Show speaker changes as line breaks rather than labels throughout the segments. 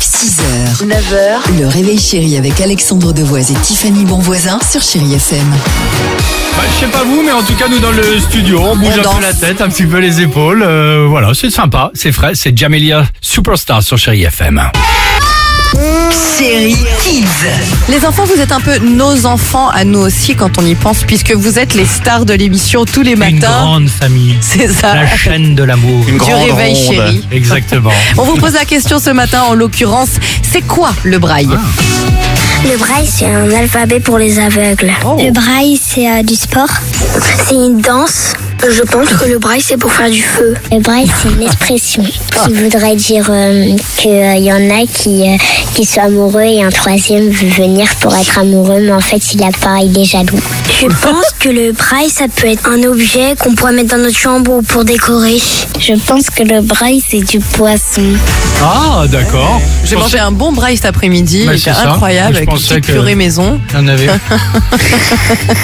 6h, 9h, le réveil chéri avec Alexandre Devoise et Tiffany Bonvoisin sur Chéri FM.
Bah, je sais pas vous, mais en tout cas, nous dans le studio, on bouge
On
un
danse.
peu la tête, un petit peu les épaules. euh, voilà, c'est sympa, c'est frais. C'est Jamelia Superstar sur Chéri FM.
Chéri Kids.
Les enfants, vous êtes un peu nos enfants à nous aussi quand on y pense, puisque vous êtes les stars de l'émission tous les
Une
matins.
grande famille,
C'est ça.
la chaîne de l'amour.
Du réveil chéri.
Exactement.
On vous pose la question ce matin, en l'occurrence, c'est quoi le braille
Ah,
Le braille, c'est un alphabet pour les aveugles. Le braille, c'est euh, du sport. C'est une danse. Je pense que le braille, c'est pour faire du feu. Le braille, c'est une expression qui voudrait dire qu'il y en a qui, euh, qui sont amoureux et un troisième veut venir pour être amoureux, mais en fait, il a pas, il est jaloux. Je pense que le braille, ça peut être un objet qu'on pourrait mettre dans notre chambre ou pour décorer. Je pense que le braille, c'est du poisson.
Ah, d'accord.
J'ai
Je
mangé
pensais-
un bon braille cet après-midi,
Bah,
il était
c'est ça.
incroyable,
Je
avec une
pensais
petite
que- Hein
purée maison.
Il y en avait,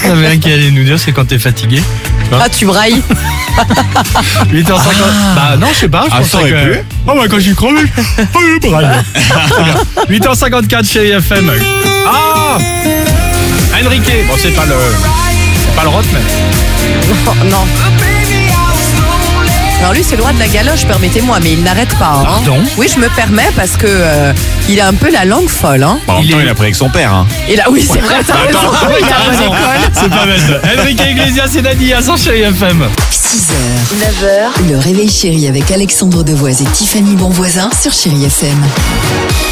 il y en avait un qui allait nous dire, c'est quand t'es fatigué.
Ah, tu brailles
8h50. Bah non, je sais pas. Je pensais
ça aurait
que-
pu.
Oh bah quand j'ai crevé, j'ai pas eu le bras. 8h54 chez IFM. Ah Enrique. Bon, c'est pas le. C'est pas le rock, mais.
Oh, Non. Alors lui, c'est le roi de la galoche, permettez-moi, mais il n'arrête pas. hein.
Pardon
Oui, je me permets parce que euh, il a un peu la langue folle. Hein.
Bah, en même
Il
temps,
est-
il a pris avec son père. Hein.
Et là, oui, c'est vrai, t'as raison. Il a bonne école.
C'est pas bête. Enrique Iglesias et Nadia sans chez IFM.
6h, 9h, le réveil chéri avec Alexandre Devoise et Tiffany Bonvoisin sur Chéri FM.